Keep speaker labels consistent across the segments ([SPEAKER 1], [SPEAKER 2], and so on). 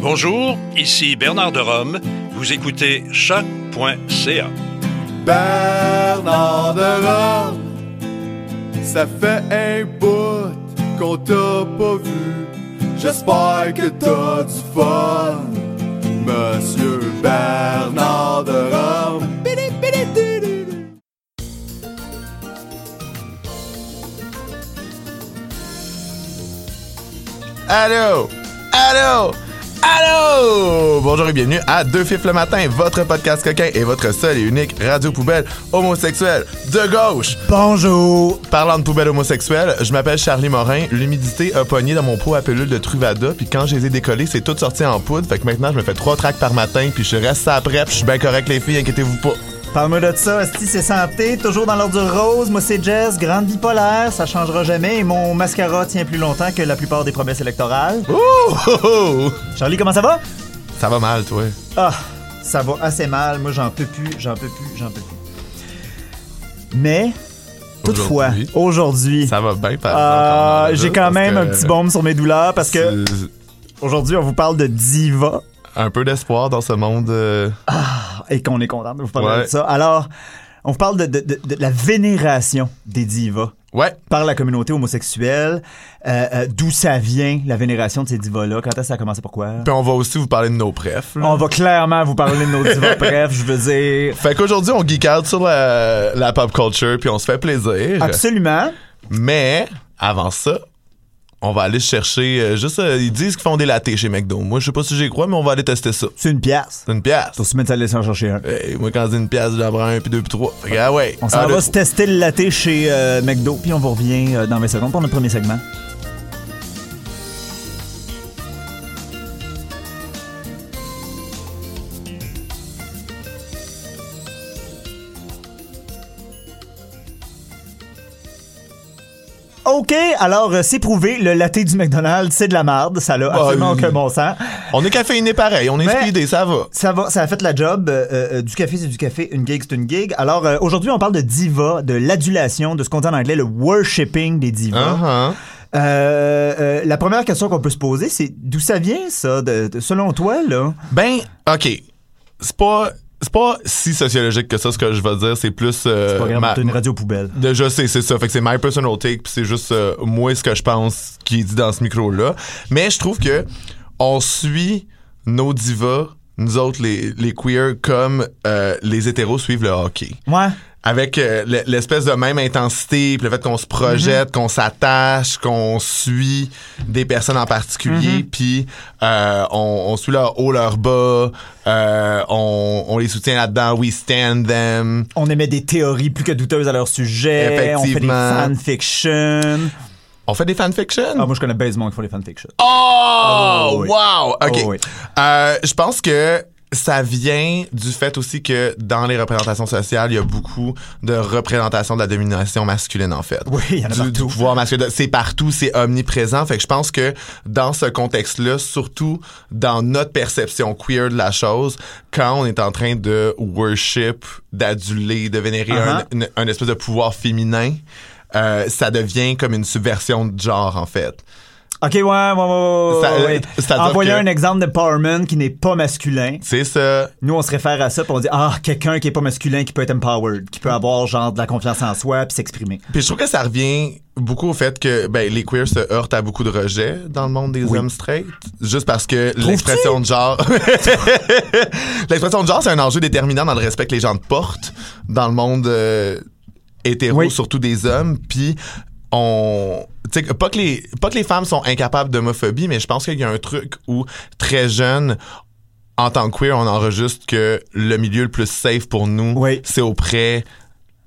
[SPEAKER 1] Bonjour, ici Bernard de Rome. Vous écoutez choc.ca.
[SPEAKER 2] Bernard de Rome, ça fait un bout qu'on t'a pas vu. J'espère que t'as du fun, Monsieur Bernard de Rome. Bidi, bidi, du, du, du.
[SPEAKER 3] Allô? Allô? Allô! Bonjour et bienvenue à Deux Fifs le matin, votre podcast coquin et votre seule et unique radio poubelle homosexuelle de gauche.
[SPEAKER 4] Bonjour!
[SPEAKER 3] Parlant de poubelle homosexuelle, je m'appelle Charlie Morin. L'humidité a pogné dans mon pot à pelule de Truvada, puis quand je les ai décollés, c'est tout sorti en poudre. Fait que maintenant, je me fais trois tracks par matin, puis je reste ça après, puis je suis bien correct, les filles, inquiétez-vous pas.
[SPEAKER 4] Parle-moi de ça, Esti, c'est santé, toujours dans l'ordre du rose. Moi, c'est Jess, grande bipolaire, ça changera jamais et mon mascara tient plus longtemps que la plupart des promesses électorales.
[SPEAKER 3] Ouh! oh, oh.
[SPEAKER 4] Charlie, comment ça va?
[SPEAKER 3] Ça va mal, toi.
[SPEAKER 4] Ah, ça va assez mal. Moi, j'en peux plus, j'en peux plus, j'en peux plus. Mais, toutefois,
[SPEAKER 3] Aujourd'hui.
[SPEAKER 4] aujourd'hui,
[SPEAKER 3] Ça va bien, par
[SPEAKER 4] euh,
[SPEAKER 3] exemple.
[SPEAKER 4] j'ai quand
[SPEAKER 3] Parce
[SPEAKER 4] même
[SPEAKER 3] que
[SPEAKER 4] un petit baume sur mes douleurs parce que aujourd'hui, on vous parle de diva
[SPEAKER 3] Un peu d'espoir dans ce monde. euh,
[SPEAKER 4] et qu'on est content de vous parler
[SPEAKER 3] Ouais.
[SPEAKER 4] de ça. Alors, on vous parle de- de- de- de la vénération des divas.
[SPEAKER 3] Ouais.
[SPEAKER 4] par la communauté homosexuelle, euh, euh, d'où ça vient, la vénération de ces divas-là, quand est-ce que ça a commencé, pourquoi?
[SPEAKER 3] Puis on va aussi vous parler de nos prefs. là.
[SPEAKER 4] On va clairement vous parler de nos divas, bref, je veux dire...
[SPEAKER 3] Fait qu'aujourd'hui, on geek out sur la, la pop culture, puis on se fait plaisir.
[SPEAKER 4] Absolument.
[SPEAKER 3] Mais, avant ça, on va aller chercher... euh, juste, euh, ils disent qu'ils font des latés chez McDo. Moi, je sais pas si j'y crois, mais on va aller tester ça.
[SPEAKER 4] C'est une pièce.
[SPEAKER 3] C'est une pièce.
[SPEAKER 4] Pour se mettre à laisser en chercher un.
[SPEAKER 3] Hey, moi, quand je dis une pièce, j'en prends un, puis deux, puis trois. Fait que, ah ouais.
[SPEAKER 4] On s'en
[SPEAKER 3] Ah,
[SPEAKER 4] va
[SPEAKER 3] le-
[SPEAKER 4] se tester le latte chez euh, McDo, puis on vous revient euh, dans 20 secondes pour notre premier segment. OK, alors euh, c'est prouvé, le latte du McDonald's, c'est de la marde, ça n'a absolument
[SPEAKER 3] Ah, oui.
[SPEAKER 4] aucun bon sens.
[SPEAKER 3] On est caféiné pareil, on est
[SPEAKER 4] Mais-
[SPEAKER 3] speedé, ça va.
[SPEAKER 4] Ça va, ça a fait la job. euh, euh, du café, c'est du café. Une gig, c'est une gig. Alors, euh, aujourd'hui, on parle de diva, de l'adulation, de ce qu'on dit en anglais, le worshipping des divas.
[SPEAKER 3] Uh-huh.
[SPEAKER 4] Euh, euh, la première question qu'on peut se poser, c'est d'où ça vient, ça, de- de- selon toi, là?
[SPEAKER 3] Ben, OK. C'est pas... C'est pas si sociologique que ça, ce que je vais dire. C'est plus... euh,
[SPEAKER 4] Pas grave,
[SPEAKER 3] ma-
[SPEAKER 4] t'as une radio poubelle.
[SPEAKER 3] De- Je sais, c'est ça. Fait que c'est my personal take, puis c'est juste euh, moi ce que je pense qui est dit dans ce micro-là. Mais je trouve que on suit nos divas, nous autres les, les queers, comme euh, les hétéros suivent le hockey.
[SPEAKER 4] Ouais.
[SPEAKER 3] Avec euh, le- l'espèce de même intensité, puis le fait qu'on se projette, qu'on s'attache, qu'on suit des personnes en particulier, puis euh, on, on suit leur haut, leur bas, euh, on, on les soutient là-dedans, we stand them.
[SPEAKER 4] On émet des théories plus que douteuses à leur sujet. On fait des
[SPEAKER 3] Effectivement.
[SPEAKER 4] fanfictions.
[SPEAKER 3] On fait des fanfictions.
[SPEAKER 4] Ah, moi, je connais basement qui font des fanfictions.
[SPEAKER 3] Oh,
[SPEAKER 4] Oh, oui.
[SPEAKER 3] wow! OK.
[SPEAKER 4] Oh, oui.
[SPEAKER 3] Euh, je pense que ça vient du fait aussi que dans les représentations sociales, il y a beaucoup de représentations de la domination masculine, en fait.
[SPEAKER 4] Oui, il y en a
[SPEAKER 3] du,
[SPEAKER 4] partout.
[SPEAKER 3] du pouvoir masculin. C'est partout, c'est omniprésent. Fait que je pense que dans ce contexte-là, surtout dans notre perception queer de la chose, quand on est en train de worship, d'aduler, de vénérer
[SPEAKER 4] Uh-huh.
[SPEAKER 3] un, une- un espèce de pouvoir féminin, euh, ça devient comme une subversion de genre, en fait.
[SPEAKER 4] OK, ouais, ouais, ouais, ouais,
[SPEAKER 3] Ça-
[SPEAKER 4] ouais.
[SPEAKER 3] c'est-à-dire
[SPEAKER 4] Envoyer
[SPEAKER 3] que-
[SPEAKER 4] un exemple de Powerman qui n'est pas masculin.
[SPEAKER 3] C'est ça.
[SPEAKER 4] Nous, on se réfère à ça, puis on dit ah quelqu'un qui est pas masculin, qui peut être empowered, qui peut avoir genre de la confiance en soi, puis s'exprimer.
[SPEAKER 3] Puis je trouve que ça revient beaucoup au fait que ben, les queers se heurtent à beaucoup de rejets dans le monde des hommes straight, juste parce que l'expression de genre, l'expression de genre, c'est un enjeu déterminant dans le respect que les gens portent dans le monde euh, hétéro,
[SPEAKER 4] Oui.
[SPEAKER 3] surtout des hommes. Puis on, tu sais, que- pas que les, pas que les femmes sont incapables d'homophobie, mais je pense qu'il y a un truc où très jeune en tant que queer, on enregistre que le milieu le plus safe pour nous,
[SPEAKER 4] Oui.
[SPEAKER 3] c'est auprès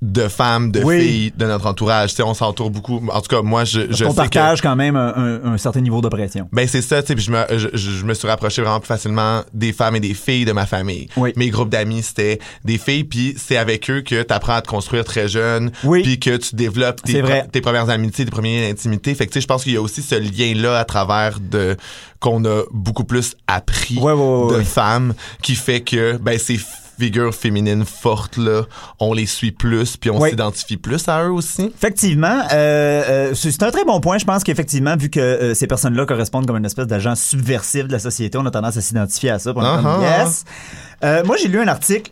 [SPEAKER 3] de femmes, de
[SPEAKER 4] Oui.
[SPEAKER 3] filles, de notre entourage. Tu sais, on s'entoure beaucoup. En tout cas, moi, je, je
[SPEAKER 4] on
[SPEAKER 3] sais que...
[SPEAKER 4] partage quand même un, un- un certain niveau d'oppression.
[SPEAKER 3] Ben c'est ça, tu sais, puis je me, je, je- je me suis rapproché vraiment plus facilement des femmes et des filles de ma famille.
[SPEAKER 4] Oui.
[SPEAKER 3] Mes groupes d'amis, c'était des filles, puis c'est avec eux que tu apprends à te construire très jeune,
[SPEAKER 4] Oui.
[SPEAKER 3] puis que tu développes tes,
[SPEAKER 4] C'est vrai.
[SPEAKER 3] tes premières amitiés, tes premières intimités. Fait que tu sais, je pense qu'il y a aussi ce lien-là à travers de qu'on a beaucoup plus appris
[SPEAKER 4] Ouais, ouais, ouais,
[SPEAKER 3] de
[SPEAKER 4] ouais.
[SPEAKER 3] femmes qui fait que ben c'est figures féminines fortes, là, on les suit plus, puis on
[SPEAKER 4] Oui.
[SPEAKER 3] s'identifie plus à eux aussi.
[SPEAKER 4] Effectivement, euh, euh, c'est c'est un très bon point. Je pense qu'effectivement, vu que euh, ces personnes-là correspondent comme une espèce d'agent subversif de la société, on a tendance à s'identifier à ça. puis on est comme,
[SPEAKER 3] Uh-huh.
[SPEAKER 4] yes. Euh, moi, j'ai lu un article.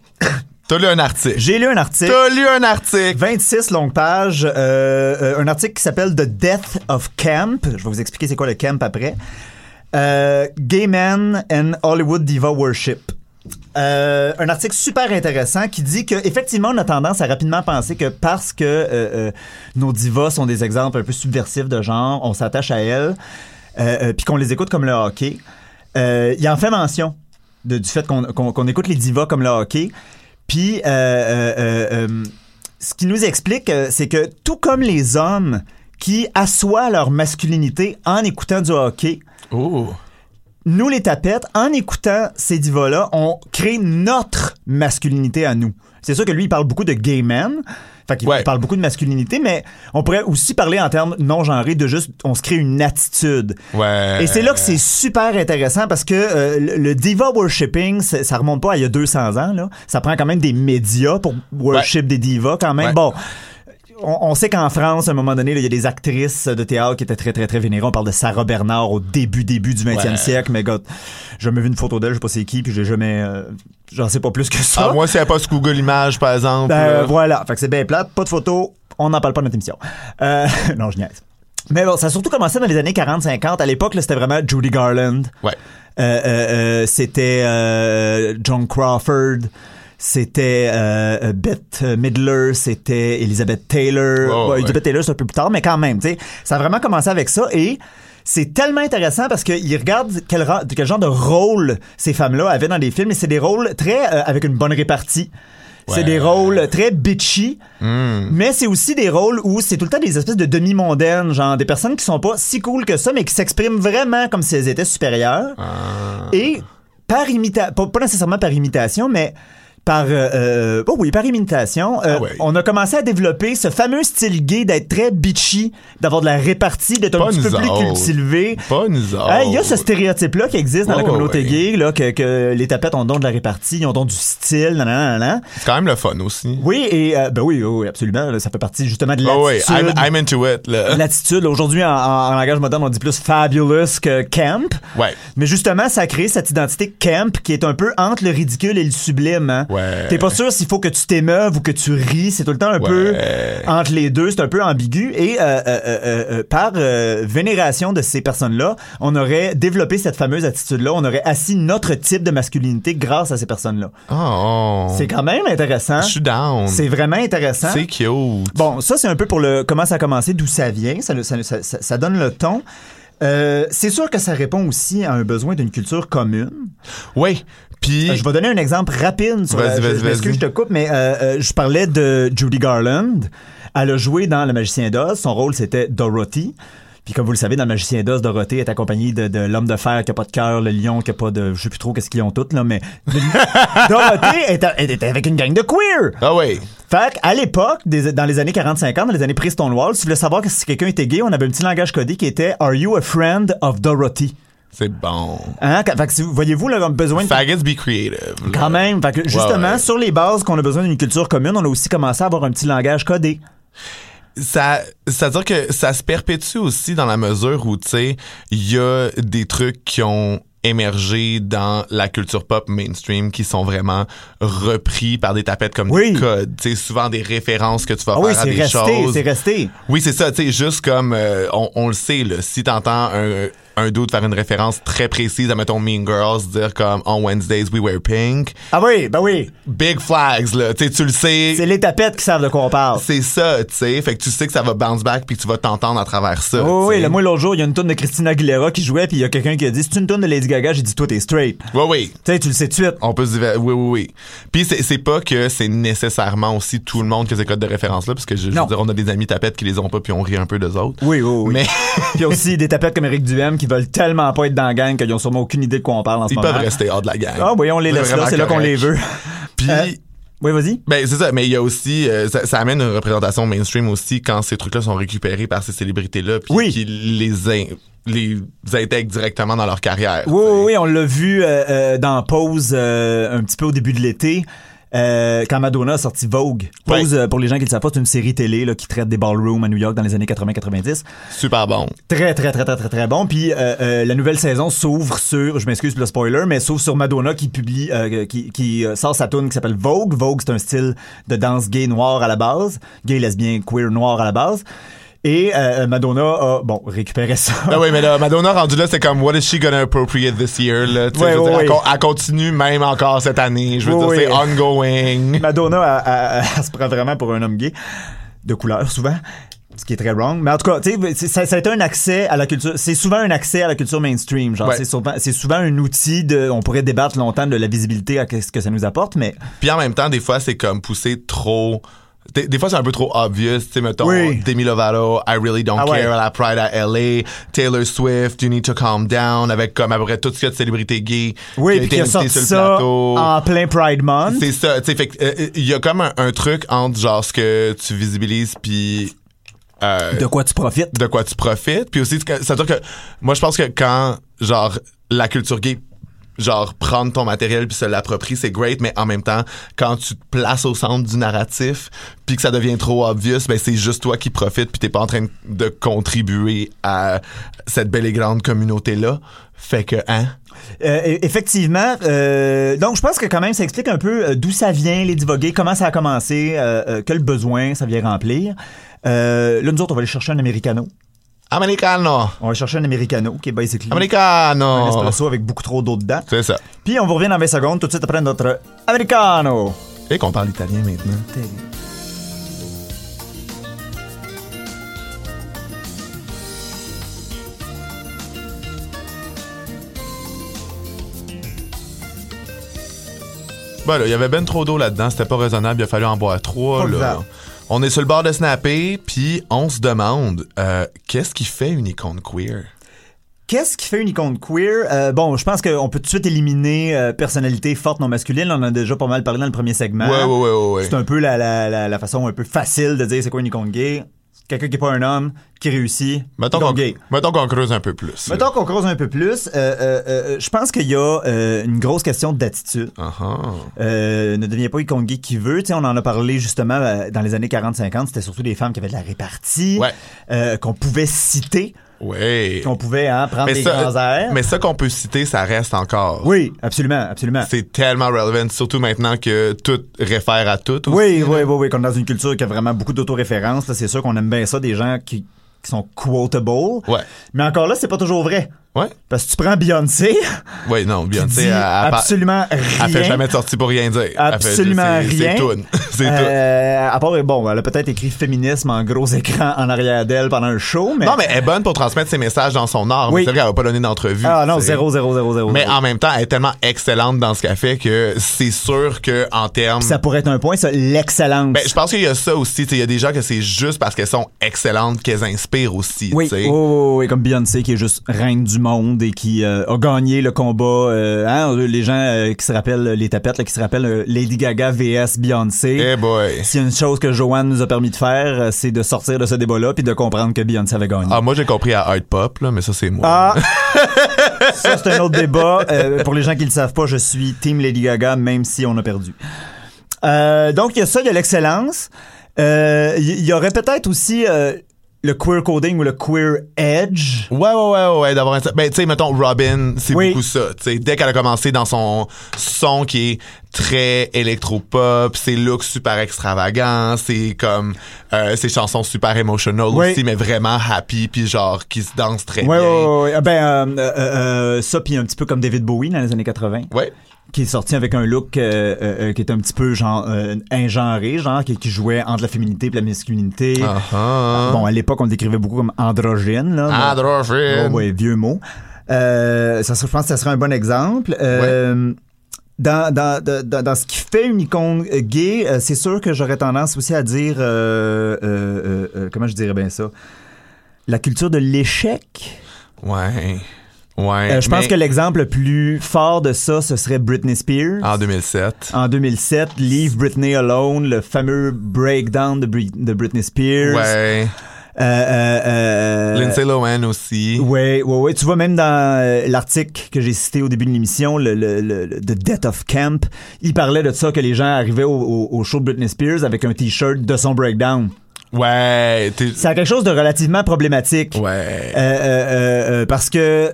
[SPEAKER 3] T'as lu un article.
[SPEAKER 4] J'ai lu un article.
[SPEAKER 3] T'as lu un article.
[SPEAKER 4] 26 longues pages, euh, euh, un article qui s'appelle The Death of Camp. Je vais vous expliquer c'est quoi le camp après. Euh, Gay Men and Hollywood Diva Worship. Euh, un article super intéressant qui dit que effectivement on a tendance à rapidement penser que parce que euh, euh, nos divas sont des exemples un peu subversifs de genre, on s'attache à elles, euh, euh, puis qu'on les écoute comme le hockey. Euh, il en fait mention de- du fait qu'on qu'on- qu'on écoute les divas comme le hockey. Puis, euh, euh, euh, euh, ce qui nous explique, euh, c'est que tout comme les hommes qui assoient leur masculinité en écoutant du hockey,
[SPEAKER 3] Oh.
[SPEAKER 4] nous les tapettes, en écoutant ces divas-là, on crée notre masculinité à nous. C'est sûr que lui, il parle beaucoup de gay men. Fait qu'il
[SPEAKER 3] Ouais.
[SPEAKER 4] parle beaucoup de masculinité, mais on pourrait aussi parler en termes non-genrés de juste, on se crée une attitude.
[SPEAKER 3] Ouais.
[SPEAKER 4] Et c'est là que
[SPEAKER 3] Euh.
[SPEAKER 4] c'est super intéressant parce que euh, le, le diva worshipping, c'est- ça remonte pas à il y a 200 ans. Là. Ça prend quand même des médias pour worship des divas quand même.
[SPEAKER 3] Ouais.
[SPEAKER 4] Bon. On, on sait qu'en France, à un moment donné, là, il y a des actrices de théâtre qui étaient très, très, très vénérées. On parle de Sarah Bernard au début, début du 20e
[SPEAKER 3] Ouais.
[SPEAKER 4] siècle. Mais God, j'ai jamais vu une photo d'elle, je sais pas c'est qui, puis j'ai jamais... euh, J'en sais pas plus que ça.
[SPEAKER 3] Ah, moi, hein. c'est pas ce Google Images, par exemple.
[SPEAKER 4] Ben,
[SPEAKER 3] là.
[SPEAKER 4] euh, voilà, fait que c'est bien plate, pas de photos, on n'en parle pas de notre émission. Euh, non, je niaise. Mais bon, ça a surtout commencé dans les années 40-50. À l'époque, là, c'était vraiment Judy Garland.
[SPEAKER 3] Ouais.
[SPEAKER 4] Euh, euh, euh, c'était euh, John Crawford. C'était euh, euh, Bette Midler, c'était Elizabeth Taylor.
[SPEAKER 3] Wow,
[SPEAKER 4] Ouais,
[SPEAKER 3] ouais.
[SPEAKER 4] Elizabeth Taylor, c'est un peu plus tard, mais quand même, tu sais, ça a vraiment commencé avec ça et c'est tellement intéressant parce qu'ils regardent quel, ra- quel genre de rôle ces femmes-là avaient dans les films et c'est des rôles très euh, avec une bonne répartie. C'est
[SPEAKER 3] Ouais.
[SPEAKER 4] des rôles très bitchy,
[SPEAKER 3] Hmm.
[SPEAKER 4] mais c'est aussi des rôles où c'est tout le temps des espèces de demi-mondaines, genre des personnes qui sont pas si cool que ça, mais qui s'expriment vraiment comme si elles étaient supérieures. Et par imitation, pas, pas nécessairement par imitation, mais par, euh, euh, oh oui, par imitation, euh,
[SPEAKER 3] Ah ouais.
[SPEAKER 4] on a commencé à développer ce fameux style gay d'être très bitchy, d'avoir de la répartie, d'être un
[SPEAKER 3] Pas
[SPEAKER 4] petit peu
[SPEAKER 3] nous
[SPEAKER 4] plus
[SPEAKER 3] autres. Oh.
[SPEAKER 4] cultivé.
[SPEAKER 3] Pas nous autres.
[SPEAKER 4] Hey, Il y a ce stéréotype-là qui existe dans la
[SPEAKER 3] Ouais,
[SPEAKER 4] communauté
[SPEAKER 3] ouais.
[SPEAKER 4] gay, là, que, que les tapettes ont don de la répartie, ils ont don du style, nan, nan, nan, nan.
[SPEAKER 3] C'est quand même le fun aussi.
[SPEAKER 4] Oui, et euh, ben oui, oui, oui, absolument. là, ça fait partie justement de
[SPEAKER 3] Oh, oui,
[SPEAKER 4] l'attitude.
[SPEAKER 3] I'm, I'm into it. là.
[SPEAKER 4] L'attitude, là, aujourd'hui, en, en- en langage moderne, on dit plus fabulous que camp.
[SPEAKER 3] Ouais.
[SPEAKER 4] Mais justement, ça crée cette identité camp qui est un peu entre le ridicule et le sublime. hein.
[SPEAKER 3] Ouais.
[SPEAKER 4] T'es pas sûr s'il faut que tu t'émeuves ou que tu ris. C'est tout le temps un
[SPEAKER 3] Ouais.
[SPEAKER 4] peu entre les deux. C'est un peu ambigu. Et euh, euh, euh, euh, par euh, vénération de ces personnes-là, on aurait développé cette fameuse attitude-là. On aurait assis notre type de masculinité grâce à ces personnes-là.
[SPEAKER 3] Oh,
[SPEAKER 4] C'est quand même intéressant.
[SPEAKER 3] Je suis down.
[SPEAKER 4] C'est vraiment intéressant.
[SPEAKER 3] C'est cute.
[SPEAKER 4] Bon, ça, c'est un peu pour le comment ça a commencé, d'où ça vient. Ça, le- ça- ça- ça- ça donne le ton. Euh, c'est sûr que ça répond aussi à un besoin d'une culture commune.
[SPEAKER 3] Oui. Puis.
[SPEAKER 4] Euh, Je vais donner un exemple rapide. Sur la-
[SPEAKER 3] Vas-y,
[SPEAKER 4] je-
[SPEAKER 3] vas-y,
[SPEAKER 4] je m'excuse,
[SPEAKER 3] vas-y.
[SPEAKER 4] je te coupe, mais euh, euh, je parlais de Judy Garland. Elle a joué dans Le Magicien d'Oz. Son rôle, c'était Dorothy. Puis comme vous le savez, dans Le Magicien d'Oz, Dorothée est accompagnée de, de l'homme de fer qui a pas de cœur, le lion qui a pas de... Je sais plus trop qu'est-ce qu'ils ont toutes, là, mais... Dorothée est, est avec une gang de queer!
[SPEAKER 3] Ah oui.
[SPEAKER 4] Fait qu'à l'époque, des- dans les années 40-50, dans les années pré-Stonewall, si tu voulais savoir que si quelqu'un était gay, on avait un petit langage codé qui était « Are you a friend of Dorothy?
[SPEAKER 3] C'est bon. »
[SPEAKER 4] Hein? Fait que si vous- voyez-vous, là, on a besoin de...
[SPEAKER 3] Faggots be creative. là.
[SPEAKER 4] Quand même. Fait que justement,
[SPEAKER 3] ouais.
[SPEAKER 4] sur les bases qu'on a besoin d'une culture commune, on a aussi commencé à avoir un petit langage codé.
[SPEAKER 3] ça c'est-à-dire que ça se perpétue aussi dans la mesure où tu sais il y a des trucs qui ont émergé dans la culture pop mainstream qui sont vraiment repris par des tapettes comme
[SPEAKER 4] Oui.
[SPEAKER 3] des codes, tu sais souvent des références que tu vas
[SPEAKER 4] Ah
[SPEAKER 3] faire
[SPEAKER 4] oui,
[SPEAKER 3] à
[SPEAKER 4] c'est
[SPEAKER 3] des
[SPEAKER 4] resté,
[SPEAKER 3] choses.
[SPEAKER 4] c'est resté.
[SPEAKER 3] Oui, c'est ça, tu sais, juste comme euh, on, on le sait, là, si t'entends un, un doute faire une référence très précise à, mettons, Mean Girls, dire comme On Wednesdays we wear pink,
[SPEAKER 4] Ah oui, ben oui.
[SPEAKER 3] big flags, là, tu sais, tu le sais.
[SPEAKER 4] C'est les tapettes qui savent de quoi on parle.
[SPEAKER 3] C'est ça, tu sais. Fait que tu sais que ça va bounce back puis que tu vas t'entendre à travers ça.
[SPEAKER 4] Oui,
[SPEAKER 3] tu
[SPEAKER 4] oui,
[SPEAKER 3] sais.
[SPEAKER 4] là, moi, l'autre jour, il y a une tourne de Christina Aguilera qui jouait, puis il y a quelqu'un qui a dit, c'est une tourne de Lady Gaga, j'ai dit, toi, t'es straight.
[SPEAKER 3] Oui, oui.
[SPEAKER 4] Tu sais, tu le sais tout de suite.
[SPEAKER 3] On peut se dire, oui, oui, oui. Puis c'est c'est pas que c'est nécessairement aussi tout le monde qui a ces codes de référence-là, parce que je, je
[SPEAKER 4] Non.
[SPEAKER 3] veux dire, on a des amis tapettes qui les ont pas puis on rit un peu d'eux autres.
[SPEAKER 4] Oui, oui, oui.
[SPEAKER 3] Mais
[SPEAKER 4] Puis aussi des tapettes comme Eric Duhem qui veulent tellement pas être dans la gang qu'ils ont sûrement aucune idée de quoi on parle en ce
[SPEAKER 3] ils
[SPEAKER 4] moment.
[SPEAKER 3] peuvent rester hors de la gang.
[SPEAKER 4] Ah oui, on les laisse là,
[SPEAKER 3] vraiment
[SPEAKER 4] c'est là qu'on
[SPEAKER 3] correct.
[SPEAKER 4] les veut.
[SPEAKER 3] Puis,
[SPEAKER 4] Euh, Oui, vas-y.
[SPEAKER 3] ben c'est ça, mais il y a aussi, euh, ça, ça amène une représentation mainstream aussi quand ces trucs-là sont récupérés par ces célébrités-là puis
[SPEAKER 4] Oui.
[SPEAKER 3] qui les, in- les intègrent directement dans leur carrière.
[SPEAKER 4] Oui, oui, oui, on l'a vu euh, euh, dans Pause euh, un petit peu au début de l'été. euh, quand Madonna a sorti Vogue.
[SPEAKER 3] Ouais.
[SPEAKER 4] Pose, euh, pour les gens qui le savent pas, c'est une série télé là, qui traite des ballrooms à New York dans les années 80-90.
[SPEAKER 3] Super bon.
[SPEAKER 4] Très, très, très, très, très, très bon. Puis euh, euh, la nouvelle saison s'ouvre sur, je m'excuse pour le spoiler, mais s'ouvre sur Madonna qui publie, euh, qui, qui euh, sort sa tune qui s'appelle Vogue. Vogue, c'est un style de danse gay noir à la base, gay, lesbien, queer, noir à la base. Et euh, Madonna a, bon, récupéré ça.
[SPEAKER 3] Ah oui, mais là, Madonna rendu là, c'est comme What is she gonna appropriate this year? Là, Tu sais,
[SPEAKER 4] Ouais,
[SPEAKER 3] je veux
[SPEAKER 4] ouais,
[SPEAKER 3] dire, elle
[SPEAKER 4] ouais.
[SPEAKER 3] co- Elle continue même encore cette année. Je veux
[SPEAKER 4] Ouais,
[SPEAKER 3] dire, c'est
[SPEAKER 4] ouais. Ben
[SPEAKER 3] ongoing.
[SPEAKER 4] Madonna, elle, elle- elle se prend vraiment pour un homme gay, de couleur souvent, ce qui est très wrong. Mais en tout cas, tu sais, c'est- ça, ça a été un accès à la culture. C'est souvent un accès à la culture mainstream. Genre,
[SPEAKER 3] Ouais.
[SPEAKER 4] c'est souvent, c'est souvent un outil de. On pourrait débattre longtemps de la visibilité à ce que ça nous apporte, mais
[SPEAKER 3] Puis en même temps, des fois, c'est comme pousser trop. Des, des fois, c'est un peu trop obvious. Tu sais, mettons,
[SPEAKER 4] Oui.
[SPEAKER 3] Demi Lovato, I Really Don't
[SPEAKER 4] Ah ouais.
[SPEAKER 3] Care à la Pride à LA, Taylor Swift, You Need to Calm Down, avec comme à peu près tout ce qu'il y a de célébrités gays
[SPEAKER 4] oui,
[SPEAKER 3] qui a
[SPEAKER 4] puis
[SPEAKER 3] été
[SPEAKER 4] qui a
[SPEAKER 3] invité
[SPEAKER 4] sorti
[SPEAKER 3] sur le
[SPEAKER 4] ça
[SPEAKER 3] plateau.
[SPEAKER 4] en plein Pride Month.
[SPEAKER 3] C'est ça, tu sais, fait que, euh, il y a comme un, un truc entre genre ce que tu visibilises puis euh,
[SPEAKER 4] De quoi tu profites?
[SPEAKER 3] de quoi tu profites. Puis aussi, c'est- c'est-à-dire que moi, je pense que quand, genre, la culture gay, genre, prendre ton matériel puis se l'approprier, c'est great, mais en même temps, quand tu te places au centre du narratif puis que ça devient trop obvious, ben, c'est juste toi qui profites puis t'es pas en train de contribuer à cette belle et grande communauté-là. Fait que, hein?
[SPEAKER 4] Euh, e- effectivement. euh, donc, je pense que quand même, ça explique un peu euh, d'où ça vient, les divoguer, comment ça a commencé, euh, euh, quel besoin ça vient remplir. Euh, là, nous autres, on va aller chercher un Americano.
[SPEAKER 3] Americano!
[SPEAKER 4] On va chercher un Americano qui est basically un
[SPEAKER 3] Americano!
[SPEAKER 4] espresso avec beaucoup trop d'eau dedans.
[SPEAKER 3] C'est ça.
[SPEAKER 4] Puis on vous revient dans 20 secondes tout de suite après notre Americano.
[SPEAKER 3] Et qu'on parle italien maintenant. Ben là, il y avait ben trop d'eau là-dedans, c'était pas raisonnable, il a fallu en boire trois.
[SPEAKER 4] Pas
[SPEAKER 3] Là.
[SPEAKER 4] grave.
[SPEAKER 3] On est sur le bord de snapper, puis on se demande euh, qu'est-ce qui fait une icône queer?
[SPEAKER 4] Qu'est-ce qui fait une icône queer? Euh, bon, je pense qu'on peut tout de suite éliminer euh, personnalité forte non masculine. On en a déjà pas mal parlé dans le premier segment.
[SPEAKER 3] Ouais, ouais, ouais, ouais, ouais.
[SPEAKER 4] Hein? C'est un peu la, la, la, la façon un peu facile de dire c'est quoi une icône gay. C'est Quelqu'un qui n'est pas un homme, qui réussit,
[SPEAKER 3] Mettons
[SPEAKER 4] donc
[SPEAKER 3] qu'on,
[SPEAKER 4] gay.
[SPEAKER 3] mettons qu'on creuse un peu plus. là.
[SPEAKER 4] Mettons qu'on creuse un peu plus, euh, euh, euh, je pense qu'il y a euh, une grosse question d'attitude.
[SPEAKER 3] Ah-ha.
[SPEAKER 4] Euh, ne devient pas icône gay qui veut. Tu sais, on en a parlé justement euh, dans les années 40-50. C'était surtout des femmes qui avaient de la répartie,
[SPEAKER 3] Ouais.
[SPEAKER 4] euh, qu'on pouvait citer,
[SPEAKER 3] Ouais.
[SPEAKER 4] qu'on pouvait hein, prendre des grands airs.
[SPEAKER 3] mais ça qu'on peut citer, ça reste encore.
[SPEAKER 4] Oui, absolument, absolument.
[SPEAKER 3] C'est tellement relevant, surtout maintenant que tout réfère à tout. aussi.
[SPEAKER 4] Oui, oui, oui, oui, qu'on est dans une culture qui a vraiment beaucoup d'autoréférence. là, C'est sûr qu'on aime bien ça, des gens qui, qui sont quotable.
[SPEAKER 3] Ouais.
[SPEAKER 4] Mais encore là, c'est pas toujours vrai.
[SPEAKER 3] Ouais.
[SPEAKER 4] Parce que tu prends Beyoncé,
[SPEAKER 3] Ouais, non,
[SPEAKER 4] tu
[SPEAKER 3] Beyoncé,
[SPEAKER 4] dis
[SPEAKER 3] elle, elle par-
[SPEAKER 4] absolument rien.
[SPEAKER 3] elle fait jamais de sortie pour rien dire. Elle fait juste-
[SPEAKER 4] Absolument
[SPEAKER 3] c'est-
[SPEAKER 4] rien.
[SPEAKER 3] C'est tout. C'est tout.
[SPEAKER 4] Euh, à part, bon, elle a peut-être écrit féminisme en gros écran en arrière d'elle pendant un show, mais.
[SPEAKER 3] Non, mais elle est bonne pour transmettre ses messages dans son art. mais
[SPEAKER 4] Oui.
[SPEAKER 3] C'est vrai qu'elle va pas donner d'entrevue.
[SPEAKER 4] Ah non,
[SPEAKER 3] tu sais.
[SPEAKER 4] zéro, zéro, zéro, zéro.
[SPEAKER 3] Mais
[SPEAKER 4] zéro.
[SPEAKER 3] en même temps, elle est tellement excellente dans ce qu'elle fait que c'est sûr que en termes.
[SPEAKER 4] Ça pourrait être un point, ça, l'excellence.
[SPEAKER 3] Ben, je pense qu'il y a ça aussi. tu sais, Il y a des gens que c'est juste parce qu'elles sont excellentes qu'elles inspirent aussi.
[SPEAKER 4] oui,
[SPEAKER 3] tu sais.
[SPEAKER 4] oui, oui, oui, comme Beyoncé qui est juste reine du monde et qui euh, a gagné le combat. euh, hein, les gens euh, qui se rappellent euh, les tapettes, là, qui se rappellent euh, Lady Gaga vs Beyoncé.
[SPEAKER 3] Eh boy.
[SPEAKER 4] S'il y a une chose que Joanne nous a permis de faire, euh, c'est de sortir de ce débat-là puis de comprendre que Beyoncé avait gagné.
[SPEAKER 3] Ah, moi, j'ai compris à Hard Pop, là, mais ça, c'est moi.
[SPEAKER 4] Ah! Ça, c'est un autre débat. Euh, pour les gens qui ne le savent pas, je suis Team Lady Gaga, même si on a perdu. Euh, donc, il y a ça, il y a l'excellence. Euh, Il y, y aurait peut-être aussi euh, le queer coding ou le queer edge.
[SPEAKER 3] Ouais, ouais, ouais, ouais, d'avoir un. Ben, tu sais, mettons, Robin, c'est
[SPEAKER 4] Oui.
[SPEAKER 3] beaucoup ça. Tu sais, dès qu'elle a commencé dans son son qui est très électropop, ses looks super extravagants, c'est comme. euh, ses chansons super emotional
[SPEAKER 4] Oui.
[SPEAKER 3] aussi, mais vraiment happy, puis genre, qui se danse très
[SPEAKER 4] Ouais, ouais,
[SPEAKER 3] Eh bien.
[SPEAKER 4] ouais, ouais. Ah, Ben, euh, euh, euh, ça, puis un petit peu comme David Bowie dans les années 80,
[SPEAKER 3] Ouais.
[SPEAKER 4] qui est sorti avec un look euh, euh, euh, qui est un petit peu genre euh, ingenré, genre, qui, qui jouait entre la féminité et la masculinité.
[SPEAKER 3] Ah, ah.
[SPEAKER 4] Bon, à l'époque, on le décrivait beaucoup comme androgyne. Là, mais-
[SPEAKER 3] Androgyne.
[SPEAKER 4] Oh, ouais, vieux mot. Euh, ça, serait- je pense que ça serait un bon exemple. Euh, dans, dans, de- dans, dans ce qui fait une icône euh, gay, euh, c'est sûr que j'aurais tendance aussi à dire, euh, euh, euh, euh, comment je dirais bien ça, la culture de l'échec.
[SPEAKER 3] Ouais. Ouais.
[SPEAKER 4] Euh, je pense
[SPEAKER 3] mais
[SPEAKER 4] que l'exemple le plus fort de ça, ce serait Britney Spears.
[SPEAKER 3] En 2007.
[SPEAKER 4] En 2007, Leave Britney Alone, le fameux breakdown de, Bri- de Britney Spears.
[SPEAKER 3] Ouais.
[SPEAKER 4] Euh, euh, euh,
[SPEAKER 3] Lindsay Lohan aussi.
[SPEAKER 4] Ouais, ouais, ouais. Tu vois, même dans euh, l'article que j'ai cité au début de l'émission, le, le, le, le- The Death of Camp, il parlait de ça que les gens arrivaient au, au- au show de Britney Spears avec un t-shirt de son breakdown.
[SPEAKER 3] Ouais. t'es-
[SPEAKER 4] C'est quelque chose de relativement problématique.
[SPEAKER 3] Ouais.
[SPEAKER 4] Euh, euh, euh, euh, parce que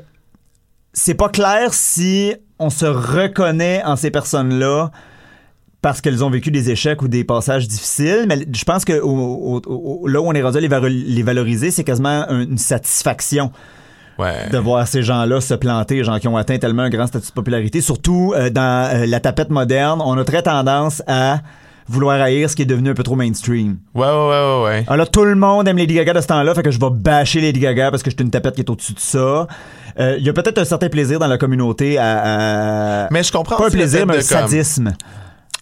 [SPEAKER 4] c'est pas clair si on se reconnaît en ces personnes-là parce qu'elles ont vécu des échecs ou des passages difficiles, mais je pense que au- au- au- là où on est rendu à les, valo- les valoriser, c'est quasiment un- une satisfaction
[SPEAKER 3] ouais.
[SPEAKER 4] de voir ces gens-là se planter, gens qui ont atteint tellement un grand statut de popularité. Surtout euh, dans euh, la tapette moderne, on a très tendance à vouloir haïr ce qui est devenu un peu trop mainstream.
[SPEAKER 3] Ouais, ouais, ouais, ouais, ouais.
[SPEAKER 4] Ah là, tout le monde aime Lady Gaga de ce temps-là, fait que je vais bâcher Lady Gaga parce que je suis une tapette qui est au-dessus de ça. Euh, Il y a peut-être un certain plaisir dans la communauté à... à-
[SPEAKER 3] Mais je comprends
[SPEAKER 4] Pas un
[SPEAKER 3] aussi le fait
[SPEAKER 4] plaisir, mais un
[SPEAKER 3] de comme-
[SPEAKER 4] sadisme.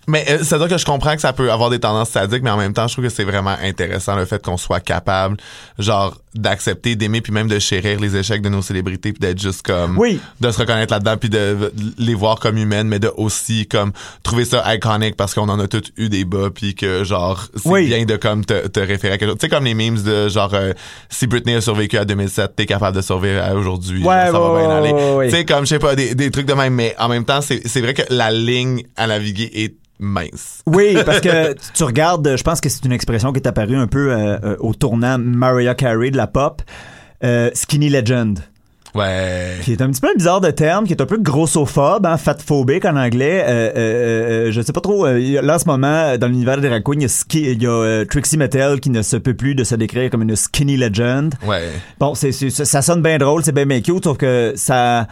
[SPEAKER 3] Mais euh, c'est-à-dire que je comprends que ça peut avoir des tendances sadiques, mais en même temps, je trouve que c'est vraiment intéressant le fait qu'on soit capable, genre, d'accepter, d'aimer, puis même de chérir les échecs de nos célébrités, puis d'être juste comme...
[SPEAKER 4] Oui.
[SPEAKER 3] De se reconnaître là-dedans, puis de de les voir comme humaines, mais de aussi, comme, trouver ça iconique parce qu'on en a tous eu des bas, puis que, genre, c'est
[SPEAKER 4] Oui.
[SPEAKER 3] bien de, comme, te, te référer à quelque chose. Tu sais, comme les memes de, genre, euh, si Britney a survécu à 2007, t'es capable de survivre à aujourd'hui,
[SPEAKER 4] Ouais,
[SPEAKER 3] genre, ça
[SPEAKER 4] ouais,
[SPEAKER 3] va bien
[SPEAKER 4] ouais,
[SPEAKER 3] aller.
[SPEAKER 4] ouais, ouais.
[SPEAKER 3] Tu sais, sais, comme, je sais pas, des, des trucs de même, mais en même temps, c'est c'est vrai que la ligne à naviguer est mince.
[SPEAKER 4] Oui, parce que tu regardes, je pense que c'est une expression qui est apparue un peu euh, euh, au tournant Mariah Carey de la pop, euh, Skinny Legend.
[SPEAKER 3] Ouais.
[SPEAKER 4] qui est un petit peu un bizarre de terme, qui est un peu grossophobe, hein, fatphobique en anglais. Euh, euh, euh, je sais pas trop. euh, il y a- là, en ce moment, dans l'univers des drag queens, il y a, Ski- il y a, euh, Trixie Mattel qui ne se peut plus de se décrire comme une skinny legend.
[SPEAKER 3] Ouais.
[SPEAKER 4] Bon, c'est, c'est- ça- ça sonne bien drôle, c'est bien bien cute, sauf que ça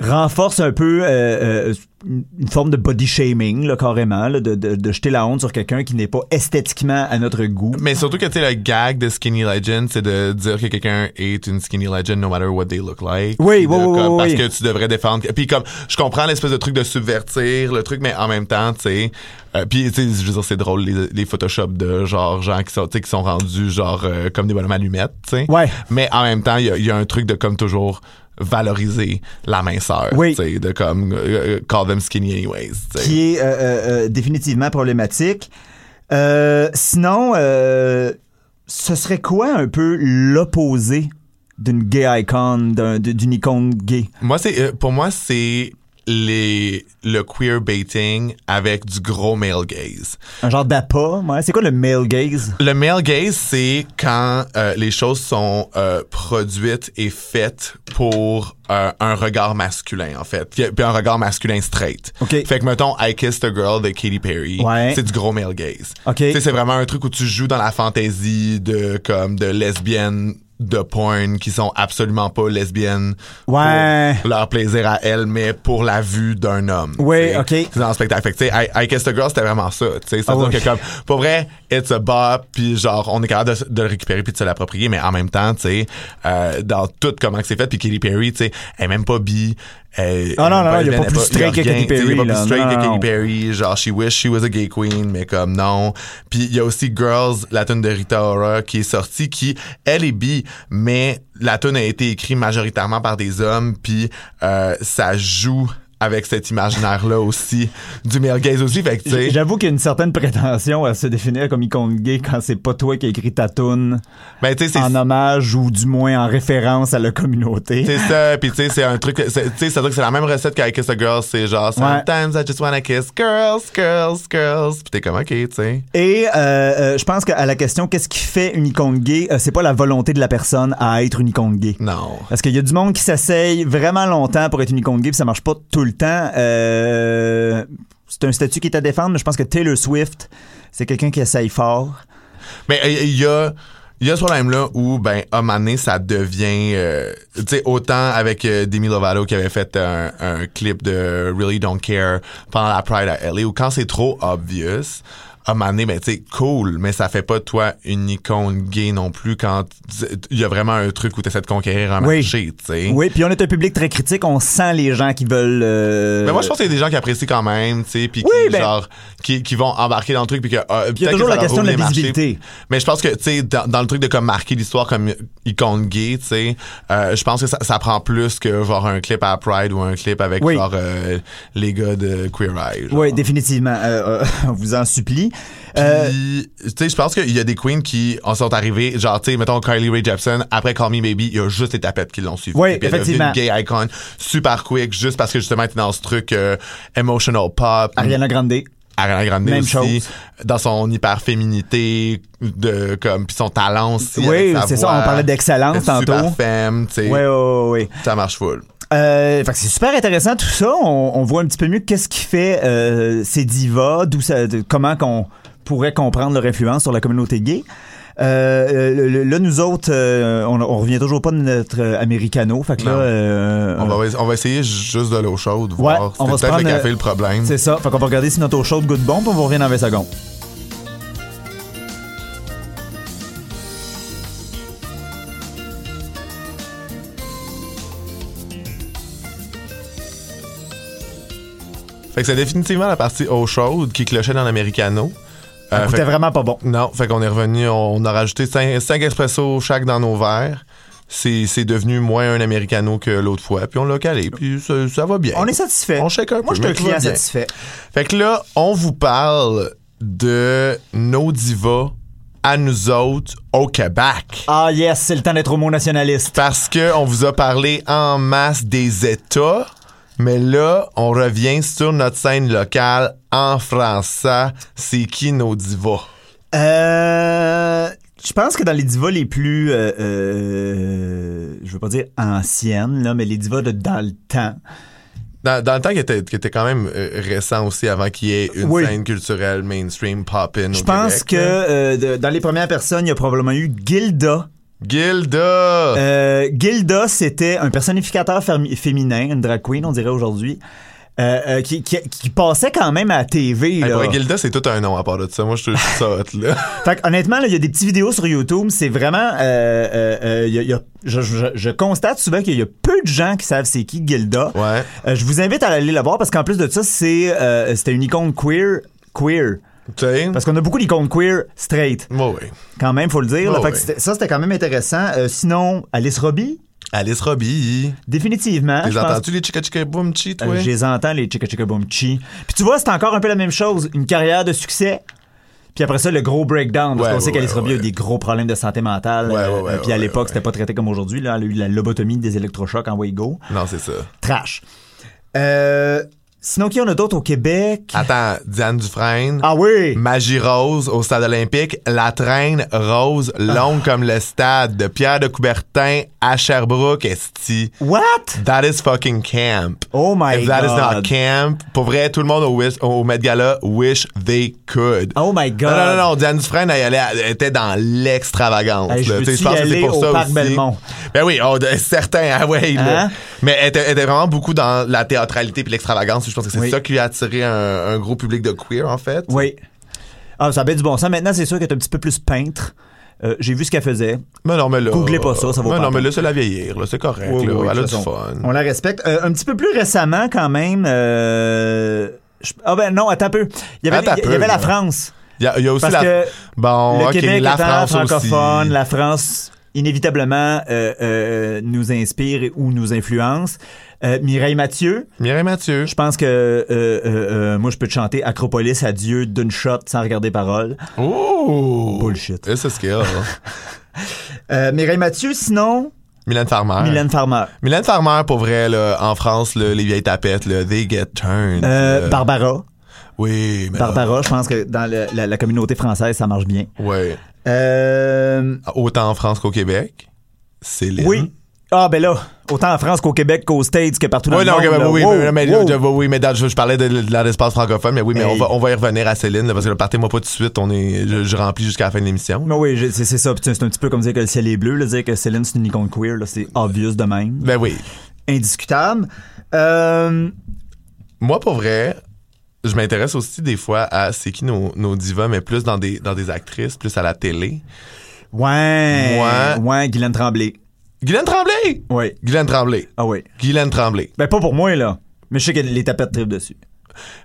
[SPEAKER 4] renforce un peu euh, euh, une forme de body shaming, là, carrément, là, de, de- de jeter la honte sur quelqu'un qui n'est pas esthétiquement à notre goût.
[SPEAKER 3] Mais surtout que, tu sais, le gag de Skinny Legend, c'est de dire que quelqu'un est une Skinny Legend no matter what they look like.
[SPEAKER 4] Oui,
[SPEAKER 3] Puis de,
[SPEAKER 4] oui, oui,
[SPEAKER 3] comme,
[SPEAKER 4] oui,
[SPEAKER 3] Parce
[SPEAKER 4] oui.
[SPEAKER 3] que tu devrais défendre. Puis comme, je comprends l'espèce de truc de subvertir le truc, mais en même temps, tu sais, euh, puis tu sais, je veux dire, c'est drôle, les, les Photoshop de genre gens qui sont, tu sais, qui sont rendus genre euh, comme des bonhommes allumettes, tu sais.
[SPEAKER 4] Ouais.
[SPEAKER 3] Mais en même temps, il y a, il y a un truc de comme toujours valoriser la minceur,
[SPEAKER 4] Oui.
[SPEAKER 3] tu sais, de comme euh, euh, call them skinny anyways, tu sais.
[SPEAKER 4] qui est euh, euh, euh, définitivement problématique. Euh, sinon, euh, ce serait quoi un peu l'opposé d'une gay icon, d'un- d'une icône gay?
[SPEAKER 3] Moi, c'est euh, pour moi, c'est les le queer baiting avec du gros male gaze.
[SPEAKER 4] Un genre d'appât? Ouais. C'est quoi le male gaze?
[SPEAKER 3] Le male gaze, c'est quand euh, les choses sont euh, produites et faites pour euh, un regard masculin, en fait. Puis puis un regard masculin straight.
[SPEAKER 4] OK.
[SPEAKER 3] Fait que, mettons, I Kissed a Girl de Katy Perry.
[SPEAKER 4] Ouais.
[SPEAKER 3] C'est du gros male gaze.
[SPEAKER 4] OK.
[SPEAKER 3] Tu sais, c'est vraiment un truc où tu joues dans la fantaisie de, comme, de lesbiennes de porn qui sont absolument pas lesbiennes
[SPEAKER 4] Ouais.
[SPEAKER 3] pour leur plaisir à elles, mais pour la vue d'un homme.
[SPEAKER 4] Oui,
[SPEAKER 3] tu sais.
[SPEAKER 4] ok.
[SPEAKER 3] C'est dans le spectacle. Fait que, tu sais, I, I Kissed a Girl, c'était vraiment ça. tu sais. C'est-à-dire
[SPEAKER 4] Ah oui.
[SPEAKER 3] que, comme, pour vrai, it's a bop, puis genre, on est capable de, s- de le récupérer puis de se l'approprier, mais en même temps, tu sais, euh, dans tout comment que c'est fait, puis Katy Perry, tu sais, elle est même pas bi. Elle,
[SPEAKER 4] Ah non,
[SPEAKER 3] elle
[SPEAKER 4] non,
[SPEAKER 3] est même
[SPEAKER 4] y a pas plus
[SPEAKER 3] lesbienne, elle est
[SPEAKER 4] straight que
[SPEAKER 3] rien,
[SPEAKER 4] Katy
[SPEAKER 3] tu sais, y a
[SPEAKER 4] Perry,
[SPEAKER 3] pas
[SPEAKER 4] là.
[SPEAKER 3] plus straight
[SPEAKER 4] Non,
[SPEAKER 3] que
[SPEAKER 4] non.
[SPEAKER 3] Katy Perry, genre, she wish she was a gay queen, mais comme non. Puis il y a aussi Girls, la tune de Rita Ora qui est sortie, qui, elle est bi, mais la tune a été écrite majoritairement par des hommes, puis euh, ça joue avec cet imaginaire-là aussi, du male gaze aussi, fait que tu sais...
[SPEAKER 4] J'avoue qu'il y a une certaine prétention à se définir comme icône gay quand c'est pas toi qui as écrit ta toune
[SPEAKER 3] Ben, tu sais, c'est
[SPEAKER 4] en hommage ou du moins en référence à la communauté.
[SPEAKER 3] C'est ça, puis tu sais, c'est un truc, c'est- tu sais, c'est-à-dire que c'est la même recette qu'à I Kiss a Girl, c'est genre, sometimes I just wanna kiss girls, girls, girls, puis t'es comme, ok, tu sais.
[SPEAKER 4] Et euh, euh, je pense qu'à la question qu'est-ce qui fait une icône gay, euh, c'est pas la volonté de la personne à être une icône gay.
[SPEAKER 3] Non.
[SPEAKER 4] Parce qu'il y a du monde qui s'essaye vraiment longtemps pour être une icône gay, puis ça marche pas tout le temps. Euh, c'est un statut qui est à défendre, mais je pense que Taylor Swift, c'est quelqu'un qui essaye fort.
[SPEAKER 3] Mais euh, il y a, il y a ce problème-là où, ben, à un moment donné, ça devient, euh, tu sais, autant avec euh, Demi Lovato qui avait fait un, un clip de Really Don't Care pendant la Pride à LA, ou quand c'est trop obvious, à un moment donné, ben, tu sais, cool, mais ça fait pas de toi une icône gay non plus quand il y a vraiment un truc où t'essaies de conquérir un
[SPEAKER 4] Oui.
[SPEAKER 3] marché, tu sais.
[SPEAKER 4] Oui, puis on est un public très critique, on sent les gens qui veulent. euh,
[SPEAKER 3] Mais moi, je pense qu'il y a des gens qui apprécient quand même, tu sais, puis
[SPEAKER 4] Oui,
[SPEAKER 3] qui,
[SPEAKER 4] ben-
[SPEAKER 3] genre, qui, qui vont embarquer dans le truc, puis que. ah, peut-être que
[SPEAKER 4] toujours la
[SPEAKER 3] ça leur
[SPEAKER 4] question de
[SPEAKER 3] ouvre
[SPEAKER 4] la
[SPEAKER 3] les marchés.
[SPEAKER 4] visibilité.
[SPEAKER 3] Mais je pense que, tu sais, dans, dans le truc de comme marquer l'histoire comme icône gay, tu sais, euh, je pense que ça, ça prend plus que voir un clip à Pride ou un clip avec,
[SPEAKER 4] Oui.
[SPEAKER 3] genre, euh, les gars de Queer Eye. genre.
[SPEAKER 4] Oui, définitivement. Euh, euh, on vous en supplie. Euh,
[SPEAKER 3] Puis, tu sais, je pense qu'il y a des queens qui en sont arrivées, genre, tu sais, mettons Carly Rae Jepsen, après Call Me Baby, il y a juste les tapettes qui l'ont suivi.
[SPEAKER 4] Oui,
[SPEAKER 3] Puis elle est devenue
[SPEAKER 4] effectivement.
[SPEAKER 3] une gay icon, super quick, juste parce que justement, elle était dans ce truc euh, emotional pop.
[SPEAKER 4] Ariana Grande.
[SPEAKER 3] Ariana Grande
[SPEAKER 4] Même
[SPEAKER 3] aussi,
[SPEAKER 4] chose.
[SPEAKER 3] dans son hyper féminité, de comme puis son talent aussi.
[SPEAKER 4] Oui,
[SPEAKER 3] avec sa
[SPEAKER 4] c'est ça,
[SPEAKER 3] voix.
[SPEAKER 4] on parlait d'excellence
[SPEAKER 3] Elle est
[SPEAKER 4] tantôt.
[SPEAKER 3] Super femme, tu sais,
[SPEAKER 4] Oui, oui, oui.
[SPEAKER 3] ça marche full.
[SPEAKER 4] Euh, fait que c'est super intéressant tout ça. On, on voit un petit peu mieux qu'est-ce qui fait euh, ces divas, d'où ça, de- comment qu'on pourrait comprendre leur influence sur la communauté gay. Euh, le- le- là, nous autres, euh, on, on revient toujours pas de notre euh, americano. Fait que là,
[SPEAKER 3] Non.
[SPEAKER 4] euh,
[SPEAKER 3] On, va, on va essayer juste de l'eau chaude,
[SPEAKER 4] Ouais,
[SPEAKER 3] voir.
[SPEAKER 4] on va se
[SPEAKER 3] C'est peut-être le
[SPEAKER 4] prendre,
[SPEAKER 3] café
[SPEAKER 4] euh,
[SPEAKER 3] le problème.
[SPEAKER 4] c'est ça. Fait qu'on va regarder si notre eau chaude goûte bon, puis on va revenir dans 20 secondes.
[SPEAKER 3] Euh, Fait que c'est définitivement la partie eau chaude qui clochait dans l'Americano. Euh,
[SPEAKER 4] Ça
[SPEAKER 3] fait-
[SPEAKER 4] coûtait vraiment pas bon.
[SPEAKER 3] Non, fait qu'on est revenu, on a rajouté 5, expressos chaque dans nos verres. C'est c'est devenu moins un Americano que l'autre fois. Puis on l'a calé, puis ça, ça va bien.
[SPEAKER 4] On est satisfait.
[SPEAKER 3] On shake un
[SPEAKER 4] Moi,
[SPEAKER 3] peu,
[SPEAKER 4] je suis un
[SPEAKER 3] mais tout va
[SPEAKER 4] client
[SPEAKER 3] bien.
[SPEAKER 4] satisfait.
[SPEAKER 3] Fait que là, on vous parle de nos divas à nous autres au Québec.
[SPEAKER 4] Ah yes, c'est le temps d'être homo-nationaliste.
[SPEAKER 3] Parce que on vous a parlé en masse des États, mais là, on revient sur notre scène locale en français. C'est qui nos divas?
[SPEAKER 4] Euh, je pense que dans les divas les plus, euh, euh, je veux pas dire anciennes, là, mais les divas de dans le temps.
[SPEAKER 3] Dans, dans le temps qui était, qui était quand même euh, récent aussi, avant qu'il y ait une
[SPEAKER 4] Oui.
[SPEAKER 3] scène culturelle mainstream pop-in
[SPEAKER 4] Je pense que euh, de- dans les premières personnes, il y a probablement eu Gilda.
[SPEAKER 3] Gilda!
[SPEAKER 4] Euh, Gilda, c'était un personnificateur fermi- féminin, une drag queen, on dirait aujourd'hui, euh, euh, qui, qui- qui passait quand même à la TV.
[SPEAKER 3] Hey,
[SPEAKER 4] là.
[SPEAKER 3] pour vrai, Gilda, c'est tout un nom à part de ça. Moi, je trouve ça hot, là.
[SPEAKER 4] Fait que, honnêtement, là, il y a des petites vidéos sur YouTube. C'est vraiment. euh, euh, euh, il y a- il y a- je, je- je constate souvent qu'il y a peu de gens qui savent c'est qui Gilda.
[SPEAKER 3] Ouais.
[SPEAKER 4] Euh, je vous invite à aller la voir parce qu'en plus de ça, c'est euh, c'était une icône queer. Queer.
[SPEAKER 3] Tu sais?
[SPEAKER 4] Parce qu'on a beaucoup d'icônes queer straight,
[SPEAKER 3] Ouais, ouais.
[SPEAKER 4] quand même, faut le dire. là.
[SPEAKER 3] Oh
[SPEAKER 4] Fait que
[SPEAKER 3] oui.
[SPEAKER 4] c'était- ça, c'était quand même intéressant. Euh, sinon, Alice Robbie,
[SPEAKER 3] Alice Robbie.
[SPEAKER 4] définitivement.
[SPEAKER 3] T'es
[SPEAKER 4] Ah, je pense-
[SPEAKER 3] entendu les chica chica boom chi,
[SPEAKER 4] Euh,
[SPEAKER 3] toi?
[SPEAKER 4] Je les entends, les Chicka Chicka Boom Chi. Puis tu vois, c'est encore un peu la même chose. Une carrière de succès. Puis après ça, le gros breakdown. Parce
[SPEAKER 3] Ouais,
[SPEAKER 4] qu'on sait
[SPEAKER 3] ouais,
[SPEAKER 4] qu'Alice
[SPEAKER 3] ouais,
[SPEAKER 4] Robbie a
[SPEAKER 3] ouais.
[SPEAKER 4] eu des gros problèmes de santé mentale.
[SPEAKER 3] Ouais, ouais,
[SPEAKER 4] euh,
[SPEAKER 3] ouais,
[SPEAKER 4] euh, puis à
[SPEAKER 3] ouais,
[SPEAKER 4] l'époque,
[SPEAKER 3] ouais.
[SPEAKER 4] c'était pas traité comme aujourd'hui. Là. Elle a eu la lobotomie des électrochocs en Waygo.
[SPEAKER 3] non, c'est ça.
[SPEAKER 4] Trash. Euh, sinon, qui en a d'autres au Québec?
[SPEAKER 3] Attends, Diane Dufresne.
[SPEAKER 4] Ah oui!
[SPEAKER 3] Magie Rose au stade olympique, la traîne rose longue
[SPEAKER 4] Ah.
[SPEAKER 3] comme le stade de Pierre de Coubertin à Sherbrooke, esti.
[SPEAKER 4] What?
[SPEAKER 3] That is fucking camp.
[SPEAKER 4] Oh my
[SPEAKER 3] If that is
[SPEAKER 4] God.
[SPEAKER 3] not camp, pour vrai, tout le monde au, wish, au Met Gala wish they could.
[SPEAKER 4] Oh my God.
[SPEAKER 3] Non, non, non, non, Diane Dufresne, elle, allait- elle était dans l'extravagance.
[SPEAKER 4] Hey, je
[SPEAKER 3] là. Tu sais,
[SPEAKER 4] veux-tu
[SPEAKER 3] je pense
[SPEAKER 4] y
[SPEAKER 3] que c'est
[SPEAKER 4] aller
[SPEAKER 3] pour
[SPEAKER 4] au
[SPEAKER 3] ça
[SPEAKER 4] Parc
[SPEAKER 3] aussi.
[SPEAKER 4] Belmont?
[SPEAKER 3] Ben oui, oh, de- certain, ah ouais. là.
[SPEAKER 4] Hein?
[SPEAKER 3] Mais elle était, elle était vraiment beaucoup dans la théâtralité puis l'extravagance. Je pense que c'est
[SPEAKER 4] Oui.
[SPEAKER 3] ça qui a attiré un, un gros public de queer, en fait.
[SPEAKER 4] Oui. Ah, ça a bien du bon sens. Maintenant, c'est sûr qu'elle est un petit peu plus peintre. Euh, J'ai vu ce qu'elle faisait.
[SPEAKER 3] Mais non, mais là.
[SPEAKER 4] Googlez pas ça, ça vaut
[SPEAKER 3] mais
[SPEAKER 4] pas la
[SPEAKER 3] Non, mais
[SPEAKER 4] peine.
[SPEAKER 3] là, c'est la vieillir, là. C'est correct,
[SPEAKER 4] Oui,
[SPEAKER 3] là.
[SPEAKER 4] oui, oui,
[SPEAKER 3] Elle
[SPEAKER 4] de
[SPEAKER 3] a
[SPEAKER 4] toute
[SPEAKER 3] du
[SPEAKER 4] façon,
[SPEAKER 3] fun.
[SPEAKER 4] On la respecte. Euh, un petit peu plus récemment, quand même. euh, je- Ah ben non, attends un peu. Il y avait,
[SPEAKER 3] Attends un
[SPEAKER 4] il y- il y
[SPEAKER 3] peu,
[SPEAKER 4] avait la
[SPEAKER 3] là.
[SPEAKER 4] France.
[SPEAKER 3] Il y, a- il y a aussi
[SPEAKER 4] Parce
[SPEAKER 3] la.
[SPEAKER 4] que
[SPEAKER 3] bon,
[SPEAKER 4] Le
[SPEAKER 3] ok,
[SPEAKER 4] Québec
[SPEAKER 3] la
[SPEAKER 4] étant
[SPEAKER 3] France
[SPEAKER 4] francophone,
[SPEAKER 3] aussi.
[SPEAKER 4] la France inévitablement euh, euh, nous inspire ou nous influence. Euh, Mireille Mathieu,
[SPEAKER 3] Mireille Mathieu.
[SPEAKER 4] je pense que euh, euh, euh, moi je peux te chanter Acropolis à Dieu d'une shot sans regarder parole.
[SPEAKER 3] Oh!
[SPEAKER 4] Bullshit.
[SPEAKER 3] It's a skill.
[SPEAKER 4] Euh, Mireille Mathieu, sinon
[SPEAKER 3] Mylène Farmer.
[SPEAKER 4] Mylène Farmer,
[SPEAKER 3] Mylène Farmer, pour vrai, là, en France, là, les vieilles tapettes, là, they get turned.
[SPEAKER 4] Euh,
[SPEAKER 3] là.
[SPEAKER 4] Barbara,
[SPEAKER 3] Oui, mais. là,
[SPEAKER 4] Barbara, je pense que dans le- la- la communauté française ça marche bien.
[SPEAKER 3] ouais.
[SPEAKER 4] Euh,
[SPEAKER 3] Autant en France qu'au Québec. Céline.
[SPEAKER 4] oui. Ah, ben là, autant en France qu'au Québec, qu'aux States, que partout dans
[SPEAKER 3] Oui,
[SPEAKER 4] le
[SPEAKER 3] non,
[SPEAKER 4] monde.
[SPEAKER 3] ok, ben
[SPEAKER 4] là.
[SPEAKER 3] oui,
[SPEAKER 4] Wow,
[SPEAKER 3] mais, mais-
[SPEAKER 4] wow.
[SPEAKER 3] je, oui, mais dans- je, je parlais de, de l'espace francophone, mais oui, mais
[SPEAKER 4] Hey.
[SPEAKER 3] on, va, on va y revenir à Céline, là, parce que là, partez-moi pas tout de suite, on est, je, je remplis jusqu'à la fin de l'émission.
[SPEAKER 4] Mais oui, je- c'est c'est ça. Puis C'est un petit peu comme dire que le ciel est bleu, là, dire que Céline, c'est une icône queer, là, c'est obvious de même.
[SPEAKER 3] Ben oui.
[SPEAKER 4] Indiscutable. Euh,
[SPEAKER 3] Moi, pour vrai, je m'intéresse aussi des fois à c'est qui nos, nos divas, mais plus dans des, dans des actrices, plus à la télé.
[SPEAKER 4] ouais.
[SPEAKER 3] Moi.
[SPEAKER 4] Ouais, Guylaine Tremblay.
[SPEAKER 3] Guylaine Tremblay!
[SPEAKER 4] Oui.
[SPEAKER 3] Guylaine Tremblay.
[SPEAKER 4] Ah oui.
[SPEAKER 3] Guylaine Tremblay.
[SPEAKER 4] Ben pas pour moi, là. Mais je sais que les tapettes tripent dessus.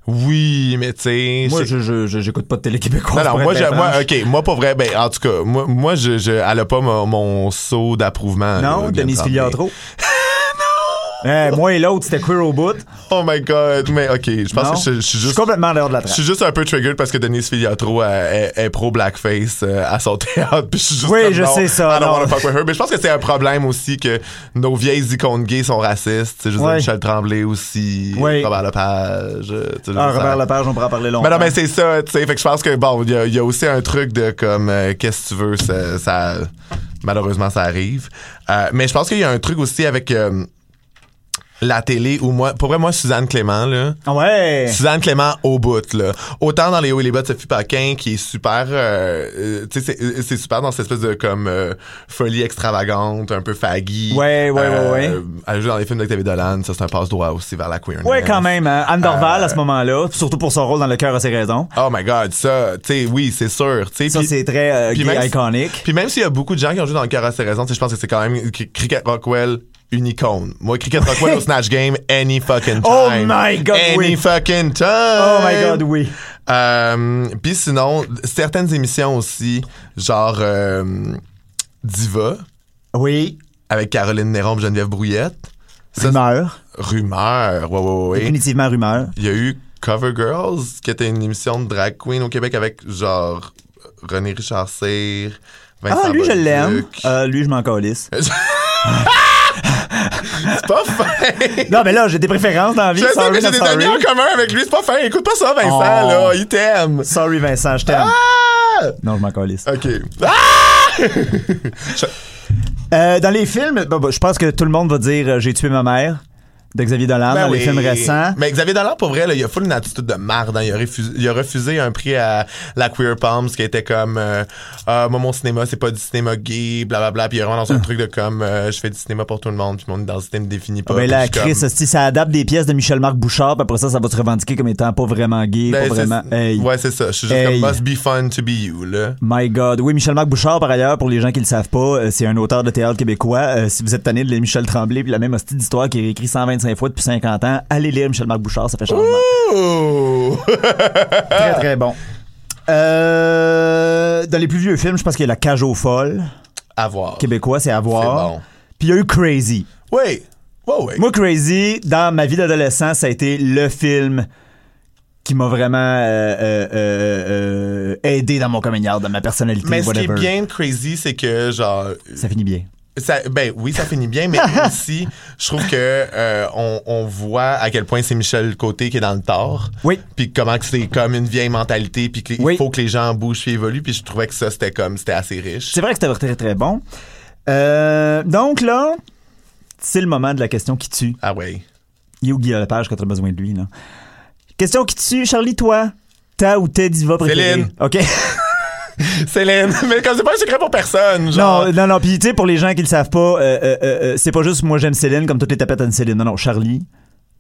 [SPEAKER 3] Oui, mais tu sais.
[SPEAKER 4] Moi,
[SPEAKER 3] c'est-
[SPEAKER 4] je, je, je- j'écoute pas de télé québécoise.
[SPEAKER 3] Non, non,
[SPEAKER 4] pour
[SPEAKER 3] moi,
[SPEAKER 4] être
[SPEAKER 3] je-
[SPEAKER 4] bien
[SPEAKER 3] moi,
[SPEAKER 4] franche.
[SPEAKER 3] ok, moi, pour vrai, ben, en tout cas, moi, moi je, je, elle a pas mon, mon saut d'approuvement. là,
[SPEAKER 4] Non,
[SPEAKER 3] Guylaine
[SPEAKER 4] Denise
[SPEAKER 3] Tremblay.
[SPEAKER 4] Filiatro. Eh, moi et l'autre, c'était queer au bout.
[SPEAKER 3] Oh my god, mais ok, je pense
[SPEAKER 4] Non.
[SPEAKER 3] que je, je suis
[SPEAKER 4] Je suis
[SPEAKER 3] juste.
[SPEAKER 4] complètement en dehors de la
[SPEAKER 3] Je
[SPEAKER 4] traque.
[SPEAKER 3] suis juste un peu triggered parce que Denise Filiatro est, est pro blackface euh, à son théâtre. Puis je suis juste
[SPEAKER 4] Oui,
[SPEAKER 3] comme,
[SPEAKER 4] je
[SPEAKER 3] non,
[SPEAKER 4] sais ça,
[SPEAKER 3] I don't
[SPEAKER 4] non.
[SPEAKER 3] wanna fuck with her. Mais je pense que c'est un problème aussi que nos vieilles icônes gays sont racistes. Je veux dire,
[SPEAKER 4] Ouais.
[SPEAKER 3] Michel Tremblay aussi,
[SPEAKER 4] Oui.
[SPEAKER 3] Robert Lepage. euh, tu sais, je
[SPEAKER 4] Ah,
[SPEAKER 3] veux dire,
[SPEAKER 4] Robert
[SPEAKER 3] ça-
[SPEAKER 4] Lepage, on pourra en parler longtemps.
[SPEAKER 3] Mais non, mais c'est ça, tu sais. Fait que je pense que, bon, il y a, il y a aussi un truc de comme, euh, qu'est-ce que tu veux, ça, ça- Malheureusement, ça arrive. Euh, mais je pense qu'il y a un truc aussi avec euh, la télé où moi, pour vrai, moi, Suzanne Clément, là.
[SPEAKER 4] Ouais.
[SPEAKER 3] Suzanne Clément au bout, là. Autant dans les hauts et les bas de Sophie Paquin, qui est super, euh, euh, tu sais, c'est- c'est super dans cette espèce de, comme, euh, folie extravagante, un peu faggy. Euh,
[SPEAKER 4] Ouais, ouais, ouais, ouais.
[SPEAKER 3] Elle joue dans les films d'Octavie Dolan, ça, c'est un passe-droit aussi vers la queerness.
[SPEAKER 4] Ouais, quand même. hein. Anne
[SPEAKER 3] Euh,
[SPEAKER 4] Dorval, à ce moment-là, surtout pour son rôle dans Le cœur à ses raisons.
[SPEAKER 3] Oh my god, ça, tu sais, oui, c'est sûr, tu sais.
[SPEAKER 4] Ça,
[SPEAKER 3] puis-
[SPEAKER 4] c'est très euh,
[SPEAKER 3] puis
[SPEAKER 4] gay
[SPEAKER 3] même-
[SPEAKER 4] iconique.
[SPEAKER 3] Puis même s'il y a beaucoup de gens qui ont joué dans le cœur à ses raisons, tu sais, je pense que c'est quand même Cri- Cricket Rockwell une icône. Moi, Cricket Rockwell au Snatch Game, any fucking time.
[SPEAKER 4] Oh my God,
[SPEAKER 3] Any
[SPEAKER 4] oui.
[SPEAKER 3] fucking time.
[SPEAKER 4] Oh my god, oui.
[SPEAKER 3] Euh, Puis sinon, certaines émissions aussi, genre euh, Diva,
[SPEAKER 4] Oui. avec
[SPEAKER 3] avec Caroline Néron et Geneviève Brouillette. Ça,
[SPEAKER 4] rumeur.
[SPEAKER 3] c'est- Rumeur, ouais, ouais, ouais. ouais.
[SPEAKER 4] Définitivement rumeur.
[SPEAKER 3] Il y a eu Cover Girls, qui était une émission de drag queen au Québec avec genre René Richard Cyr, Vincent
[SPEAKER 4] Ah, lui, je
[SPEAKER 3] Bolduc.
[SPEAKER 4] l'aime. Euh, lui, je m'en calisse.
[SPEAKER 3] C'est pas fin!
[SPEAKER 4] Non, mais là, j'ai des préférences dans la vie.
[SPEAKER 3] Je sais,
[SPEAKER 4] sorry,
[SPEAKER 3] mais j'ai
[SPEAKER 4] not
[SPEAKER 3] des
[SPEAKER 4] sorry.
[SPEAKER 3] amis en commun avec lui, c'est pas fin. Écoute pas ça, Vincent,
[SPEAKER 4] Oh.
[SPEAKER 3] là, il t'aime.
[SPEAKER 4] Sorry, Vincent, je t'aime.
[SPEAKER 3] Ah!
[SPEAKER 4] Non, je m'en calisse.
[SPEAKER 3] Ok. Ah!
[SPEAKER 4] Euh, dans les films, bon, bon, je pense que tout le monde va dire euh, J'ai tué ma mère de Xavier Dolan
[SPEAKER 3] Ben
[SPEAKER 4] dans les
[SPEAKER 3] oui.
[SPEAKER 4] films récents.
[SPEAKER 3] Mais Xavier Dolan, pour vrai, là, il a full une attitude de marde. hein. Il, a refusé, il a refusé un prix à la Queer Palms qui était comme euh, Ah, Moi, mon cinéma, c'est pas du cinéma gay, blablabla. Puis il est vraiment dans
[SPEAKER 4] Ah.
[SPEAKER 3] un truc de comme euh, Je fais du cinéma pour tout le monde, puis mon identité me définit pas.
[SPEAKER 4] Ah, ben
[SPEAKER 3] Puis
[SPEAKER 4] là,
[SPEAKER 3] je suis
[SPEAKER 4] Chris,
[SPEAKER 3] comme-
[SPEAKER 4] si ça adapte des pièces de Michel-Marc Bouchard, puis après ça, ça va se revendiquer comme étant pas vraiment gay,
[SPEAKER 3] Ben,
[SPEAKER 4] pas
[SPEAKER 3] c'est-
[SPEAKER 4] vraiment. Hey.
[SPEAKER 3] Ouais, c'est ça. Je suis juste
[SPEAKER 4] Hey.
[SPEAKER 3] comme Must be fun to be you, là.
[SPEAKER 4] My God. Oui, Michel-Marc Bouchard, par ailleurs, pour les gens qui le savent pas, euh, c'est un auteur de théâtre québécois. Euh, si vous êtes tanné de lire Michel Tremblay, puis la même hostie d'histoire qui est réécrit 125 fois depuis 50 ans, allez lire Michel-Marc Bouchard, ça fait changement.
[SPEAKER 3] Ouh!
[SPEAKER 4] Très, très bon. Euh, dans les plus vieux films, je pense qu'il y a La Cage aux Folles,
[SPEAKER 3] à voir.
[SPEAKER 4] québécois, c'est à
[SPEAKER 3] Ah, C'est
[SPEAKER 4] voir.
[SPEAKER 3] bon.
[SPEAKER 4] Puis il y a eu Crazy.
[SPEAKER 3] Oui. Ouais, ouais.
[SPEAKER 4] Moi, Crazy, dans ma vie d'adolescent, ça a été le film qui m'a vraiment euh, euh, euh, euh, aidé dans mon coming out, dans ma personnalité,
[SPEAKER 3] mais ce qui est
[SPEAKER 4] whatever.
[SPEAKER 3] bien crazy, c'est que, genre,
[SPEAKER 4] Ça finit bien.
[SPEAKER 3] Ça- ben oui, ça finit bien, mais aussi, je trouve que euh, on, on voit à quel point c'est Michel Côté qui est dans le tort.
[SPEAKER 4] Oui.
[SPEAKER 3] Puis comment que c'est comme une vieille mentalité, puis qu'il
[SPEAKER 4] Oui.
[SPEAKER 3] faut que les gens bougent puis évoluent. Puis je trouvais que ça c'était comme c'était assez riche.
[SPEAKER 4] C'est vrai que c'était très, très bon. Euh, donc là, c'est le moment de la question qui tue.
[SPEAKER 3] Ah ouais.
[SPEAKER 4] Il est où Guy Lepage quand t'as besoin de lui, là? Question qui tue, Charlie, toi, ta ou tes diva préférée?
[SPEAKER 3] Céline.
[SPEAKER 4] OK.
[SPEAKER 3] Céline, mais comme c'est pas un secret pour personne, genre.
[SPEAKER 4] Non, euh, non, non. Puis, tu sais, pour les gens qui le savent pas, euh, euh, euh, euh, c'est pas juste moi j'aime Céline comme toutes les tapettes de Céline. Non, non, Charlie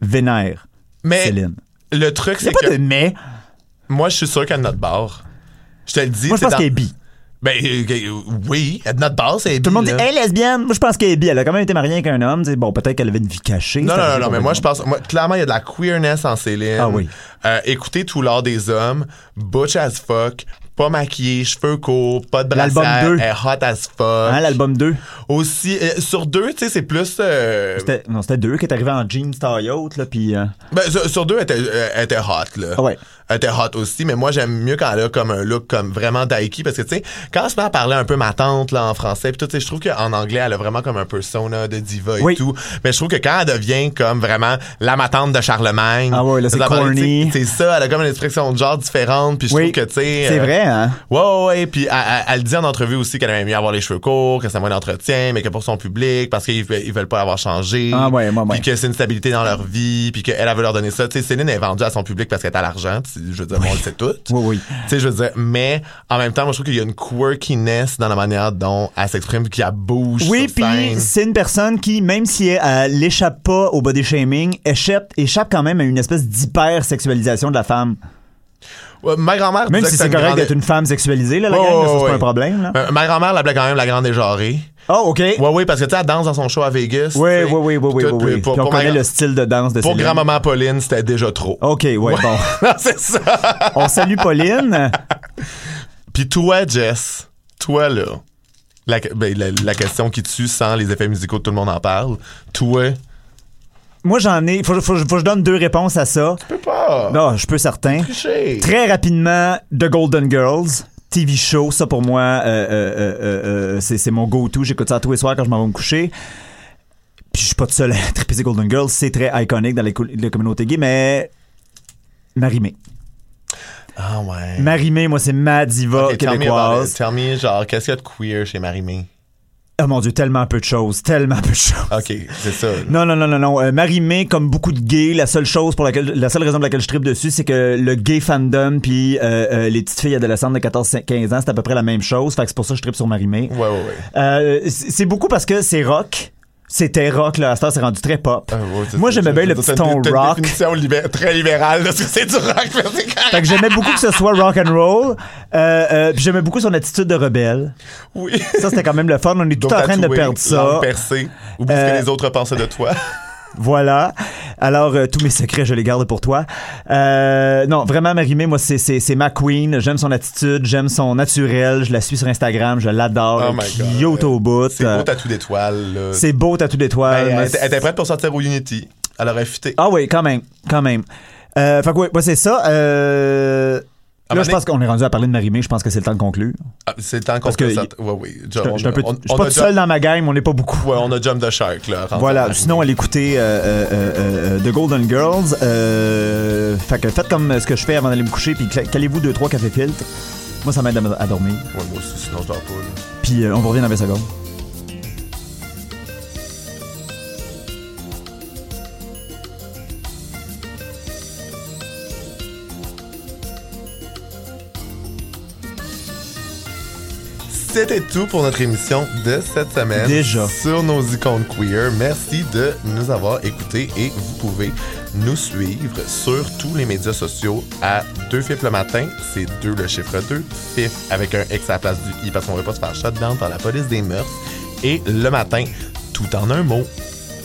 [SPEAKER 4] vénère
[SPEAKER 3] mais
[SPEAKER 4] Céline.
[SPEAKER 3] le truc
[SPEAKER 4] Il
[SPEAKER 3] Eh, c'est
[SPEAKER 4] a pas
[SPEAKER 3] que
[SPEAKER 4] de mais.
[SPEAKER 3] moi je suis sûr qu'à notre bar, je te le dis.
[SPEAKER 4] Moi, je
[SPEAKER 3] c'est
[SPEAKER 4] pense
[SPEAKER 3] dans-
[SPEAKER 4] qu'elle est bi.
[SPEAKER 3] Ben euh, euh, oui, à notre bar c'est.
[SPEAKER 4] Tout le monde dit, hey, lesbienne. Moi, je pense qu'elle est bi. Elle a quand même été mariée avec un homme. Tu sais, Bon, peut-être qu'elle avait une vie cachée.
[SPEAKER 3] Non,
[SPEAKER 4] Ça,
[SPEAKER 3] non,
[SPEAKER 4] je
[SPEAKER 3] non, non,
[SPEAKER 4] sais
[SPEAKER 3] mais
[SPEAKER 4] pas
[SPEAKER 3] moi, je
[SPEAKER 4] vraiment.
[SPEAKER 3] pense. Moi, clairement, il y a de la queerness en Céline.
[SPEAKER 4] Ah oui.
[SPEAKER 3] Euh, écoutez tout l'art des hommes, butch as fuck, pas maquillée, cheveux courts, pas de
[SPEAKER 4] L'album
[SPEAKER 3] brassière,
[SPEAKER 4] deux.
[SPEAKER 3] elle est hot as fuck.
[SPEAKER 4] Hein, l'album 2.
[SPEAKER 3] Aussi, euh, sur deux, tu sais, c'est plus. euh,
[SPEAKER 4] C'était- Non, c'était 2 qui est arrivé en jeans taille haute, là, puis... euh,
[SPEAKER 3] ben, sur, sur deux, elle était, euh, elle était hot, là.
[SPEAKER 4] Ah ouais.
[SPEAKER 3] Elle euh, était hot aussi, mais moi, j'aime mieux quand elle a comme un look comme vraiment daiki, parce que, tu sais, quand elle se met à parler un peu ma tante, là, en français, pis tout, tu sais, je trouve qu'en anglais, elle a vraiment comme un persona de diva et
[SPEAKER 4] Oui.
[SPEAKER 3] tout. Mais je trouve que quand elle devient comme vraiment la ma tante de Charlemagne.
[SPEAKER 4] Ah ouais, là, c'est
[SPEAKER 3] elle apparaît,
[SPEAKER 4] corny.
[SPEAKER 3] tu sais, C'est ça, elle a comme une expression de genre différente, puis je
[SPEAKER 4] Oui,
[SPEAKER 3] trouve que, tu sais.
[SPEAKER 4] C'est
[SPEAKER 3] euh,
[SPEAKER 4] vrai, hein?
[SPEAKER 3] Ouais, ouais, ouais. Puis elle, elle- elle dit en entrevue aussi qu'elle aimait mieux avoir les cheveux courts, que c'est moins d'entretien, mais que pour son public, parce qu'ils ve- ils veulent pas avoir changé.
[SPEAKER 4] Ah ouais, ouais, ouais.
[SPEAKER 3] Puis que c'est une stabilité dans leur vie, puis qu'elle, elle veut leur donner ça. Tu sais, Céline est vendue à son public parce qu'elle a l'argent. tu sais, Je veux dire, on le sait tout.
[SPEAKER 4] Oui, oui.
[SPEAKER 3] Tu sais, je veux dire, mais en même temps, moi, je trouve qu'il y a une quirkiness dans la manière dont elle s'exprime, puis qu'elle bouge
[SPEAKER 4] Oui,
[SPEAKER 3] sur scène.
[SPEAKER 4] puis c'est une personne qui, même si elle, elle échappe pas au body shaming, échappe, échappe quand même à une espèce d'hyper-sexualisation de la femme.
[SPEAKER 3] Ouais, Ma grand-mère
[SPEAKER 4] Même
[SPEAKER 3] disait
[SPEAKER 4] si
[SPEAKER 3] que
[SPEAKER 4] c'est correct
[SPEAKER 3] grande-
[SPEAKER 4] d'être une femme sexualisée, là, la
[SPEAKER 3] Ouais,
[SPEAKER 4] gang, là, ça,
[SPEAKER 3] ouais,
[SPEAKER 4] c'est pas
[SPEAKER 3] ouais.
[SPEAKER 4] un problème, là.
[SPEAKER 3] Euh, Ma grand-mère l'appelait quand même la grande déjarrée.
[SPEAKER 4] Oh, OK. Oui,
[SPEAKER 3] Ouais, oui, parce que tu sais, elle danse dans son show à Vegas.
[SPEAKER 4] oui,
[SPEAKER 3] tu sais.
[SPEAKER 4] oui, oui, oui,
[SPEAKER 3] Tout,
[SPEAKER 4] oui.
[SPEAKER 3] puis Pour,
[SPEAKER 4] Puis on
[SPEAKER 3] pour ma-
[SPEAKER 4] connaît le style de danse de
[SPEAKER 3] pour
[SPEAKER 4] Céline.
[SPEAKER 3] grand-maman Pauline, c'était déjà trop.
[SPEAKER 4] OK, ouais, bon.
[SPEAKER 3] Non, c'est ça.
[SPEAKER 4] On salue Pauline.
[SPEAKER 3] Puis toi, Jess, toi là, la, ben, la- la question qui tue sans les effets musicaux, tout le monde en parle. Toi,
[SPEAKER 4] Moi, j'en ai. Faut, faut- faut que je donne deux réponses à ça.
[SPEAKER 3] Je peux pas.
[SPEAKER 4] Non, je peux certain.
[SPEAKER 3] Tricher.
[SPEAKER 4] Très rapidement, The Golden Girls. TV show, ça pour moi, euh, euh, euh, euh, euh, c'est c'est mon go-to. J'écoute ça tous les soirs quand je m'en vais me coucher. Puis je suis pas tout seul à triper ces Golden Girls. C'est très iconique dans les, cou- la communauté gay, mais Marimé.
[SPEAKER 3] Ah ouais.
[SPEAKER 4] Marimé, moi, c'est ma diva
[SPEAKER 3] Ok, tell me about it.
[SPEAKER 4] québécoise.
[SPEAKER 3] Tell me, genre, qu'est-ce qu'il y a de queer chez Marie-Mé?
[SPEAKER 4] Oh mon Dieu, tellement peu de choses, tellement peu de choses.
[SPEAKER 3] Ok, c'est ça.
[SPEAKER 4] Non, non, non, non, non. Euh, Marie-Mé, comme beaucoup de gays, la seule chose pour laquelle, la seule raison pour laquelle je tripe dessus, c'est que le gay fandom puis euh, euh, les petites filles adolescentes de 14-15 ans, c'est à peu près la même chose. Fait que c'est pour ça que je tripe sur Marie-Mé.
[SPEAKER 3] Ouais, ouais, ouais.
[SPEAKER 4] Euh, c'est c'est beaucoup parce que c'est rock. C'était rock, là. À cette heure, c'est rendu très pop.
[SPEAKER 3] Ah, ouais, c'est-
[SPEAKER 4] Moi,
[SPEAKER 3] c'est-
[SPEAKER 4] j'aimais bien le petit
[SPEAKER 3] c'est- c'est
[SPEAKER 4] ton
[SPEAKER 3] une- t'as une
[SPEAKER 4] rock.
[SPEAKER 3] définition libé- très libérale de ce que c'est du rock. mais c'est quand-
[SPEAKER 4] Fait que j'aimais beaucoup que ce soit rock and roll. Euh, euh, puis j'aimais beaucoup son attitude de rebelle.
[SPEAKER 3] Oui.
[SPEAKER 4] Ça, c'était quand même le fun. On est tout en train de
[SPEAKER 3] tatoué,
[SPEAKER 4] perdre ça.
[SPEAKER 3] langue percée. Oublie ce
[SPEAKER 4] Euh,
[SPEAKER 3] que les autres pensaient de toi.
[SPEAKER 4] Voilà. Alors, euh, tous mes secrets, je les garde pour toi. Euh, non, vraiment, Marimé, moi, c'est, c'est, c'est ma queen. J'aime son attitude, j'aime son naturel. Je la suis sur Instagram, je l'adore.
[SPEAKER 3] Oh
[SPEAKER 4] Elle
[SPEAKER 3] my God.
[SPEAKER 4] Cute au bout. Euh,
[SPEAKER 3] C'est beau tatou d'étoile. là.
[SPEAKER 4] C'est beau, t'as tout d'étoiles.
[SPEAKER 3] Elle,
[SPEAKER 4] Moi,
[SPEAKER 3] elle était-
[SPEAKER 4] c'est-
[SPEAKER 3] elle était prête pour sortir au Unity. Elle aurait futé.
[SPEAKER 4] Ah oui, quand même, quand même. Euh, fait que oui, moi, c'est ça. Euh...
[SPEAKER 3] À
[SPEAKER 4] Là,
[SPEAKER 3] un
[SPEAKER 4] je
[SPEAKER 3] moment
[SPEAKER 4] pense qu'on est rendu à parler de Marimé. Je pense que c'est le temps de conclure.
[SPEAKER 3] Ah, C'est le temps qu'on
[SPEAKER 4] Parce que
[SPEAKER 3] se
[SPEAKER 4] y-
[SPEAKER 3] sorte. Ouais, oui.
[SPEAKER 4] Je je suis un peu-
[SPEAKER 3] on-
[SPEAKER 4] je suis
[SPEAKER 3] on
[SPEAKER 4] pas
[SPEAKER 3] a
[SPEAKER 4] tout
[SPEAKER 3] jump-
[SPEAKER 4] seul dans ma game, on n'est pas beaucoup.
[SPEAKER 3] Ouais, on a Jump the Shark, là. rendu à
[SPEAKER 4] Voilà,
[SPEAKER 3] Paris.
[SPEAKER 4] sinon allez écouter euh, euh, euh, euh, The Golden Girls. Euh, fait que faites comme ce que je fais avant d'aller me coucher, puis cla- calez-vous deux trois cafés filtres. Moi, ça m'aide à, m- à dormir.
[SPEAKER 3] Ouais, moi aussi, sinon je dors pas, là.
[SPEAKER 4] Puis euh, on vous revient dans 20 secondes.
[SPEAKER 3] C'était tout pour notre émission de cette semaine.
[SPEAKER 4] Déjà.
[SPEAKER 3] Sur nos icônes queer. Merci de nous avoir écoutés et vous pouvez nous suivre sur tous les médias sociaux à 2 fifs le matin. C'est 2 le chiffre 2. Fif avec un X à la place du I parce qu'on veut pas se faire shutdown par la police des mœurs. Et le matin, tout en un mot.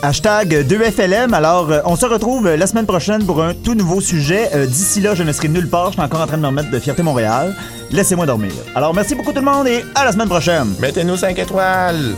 [SPEAKER 4] Hashtag 2FLM. Alors, euh, on se retrouve euh, la semaine prochaine pour un tout nouveau sujet. Euh, D'ici là, je ne serai nulle part. Je suis encore en train de me remettre de Fierté Montréal. Laissez-moi dormir. Alors, merci beaucoup tout le monde et à la semaine prochaine.
[SPEAKER 3] Mettez-nous 5 étoiles!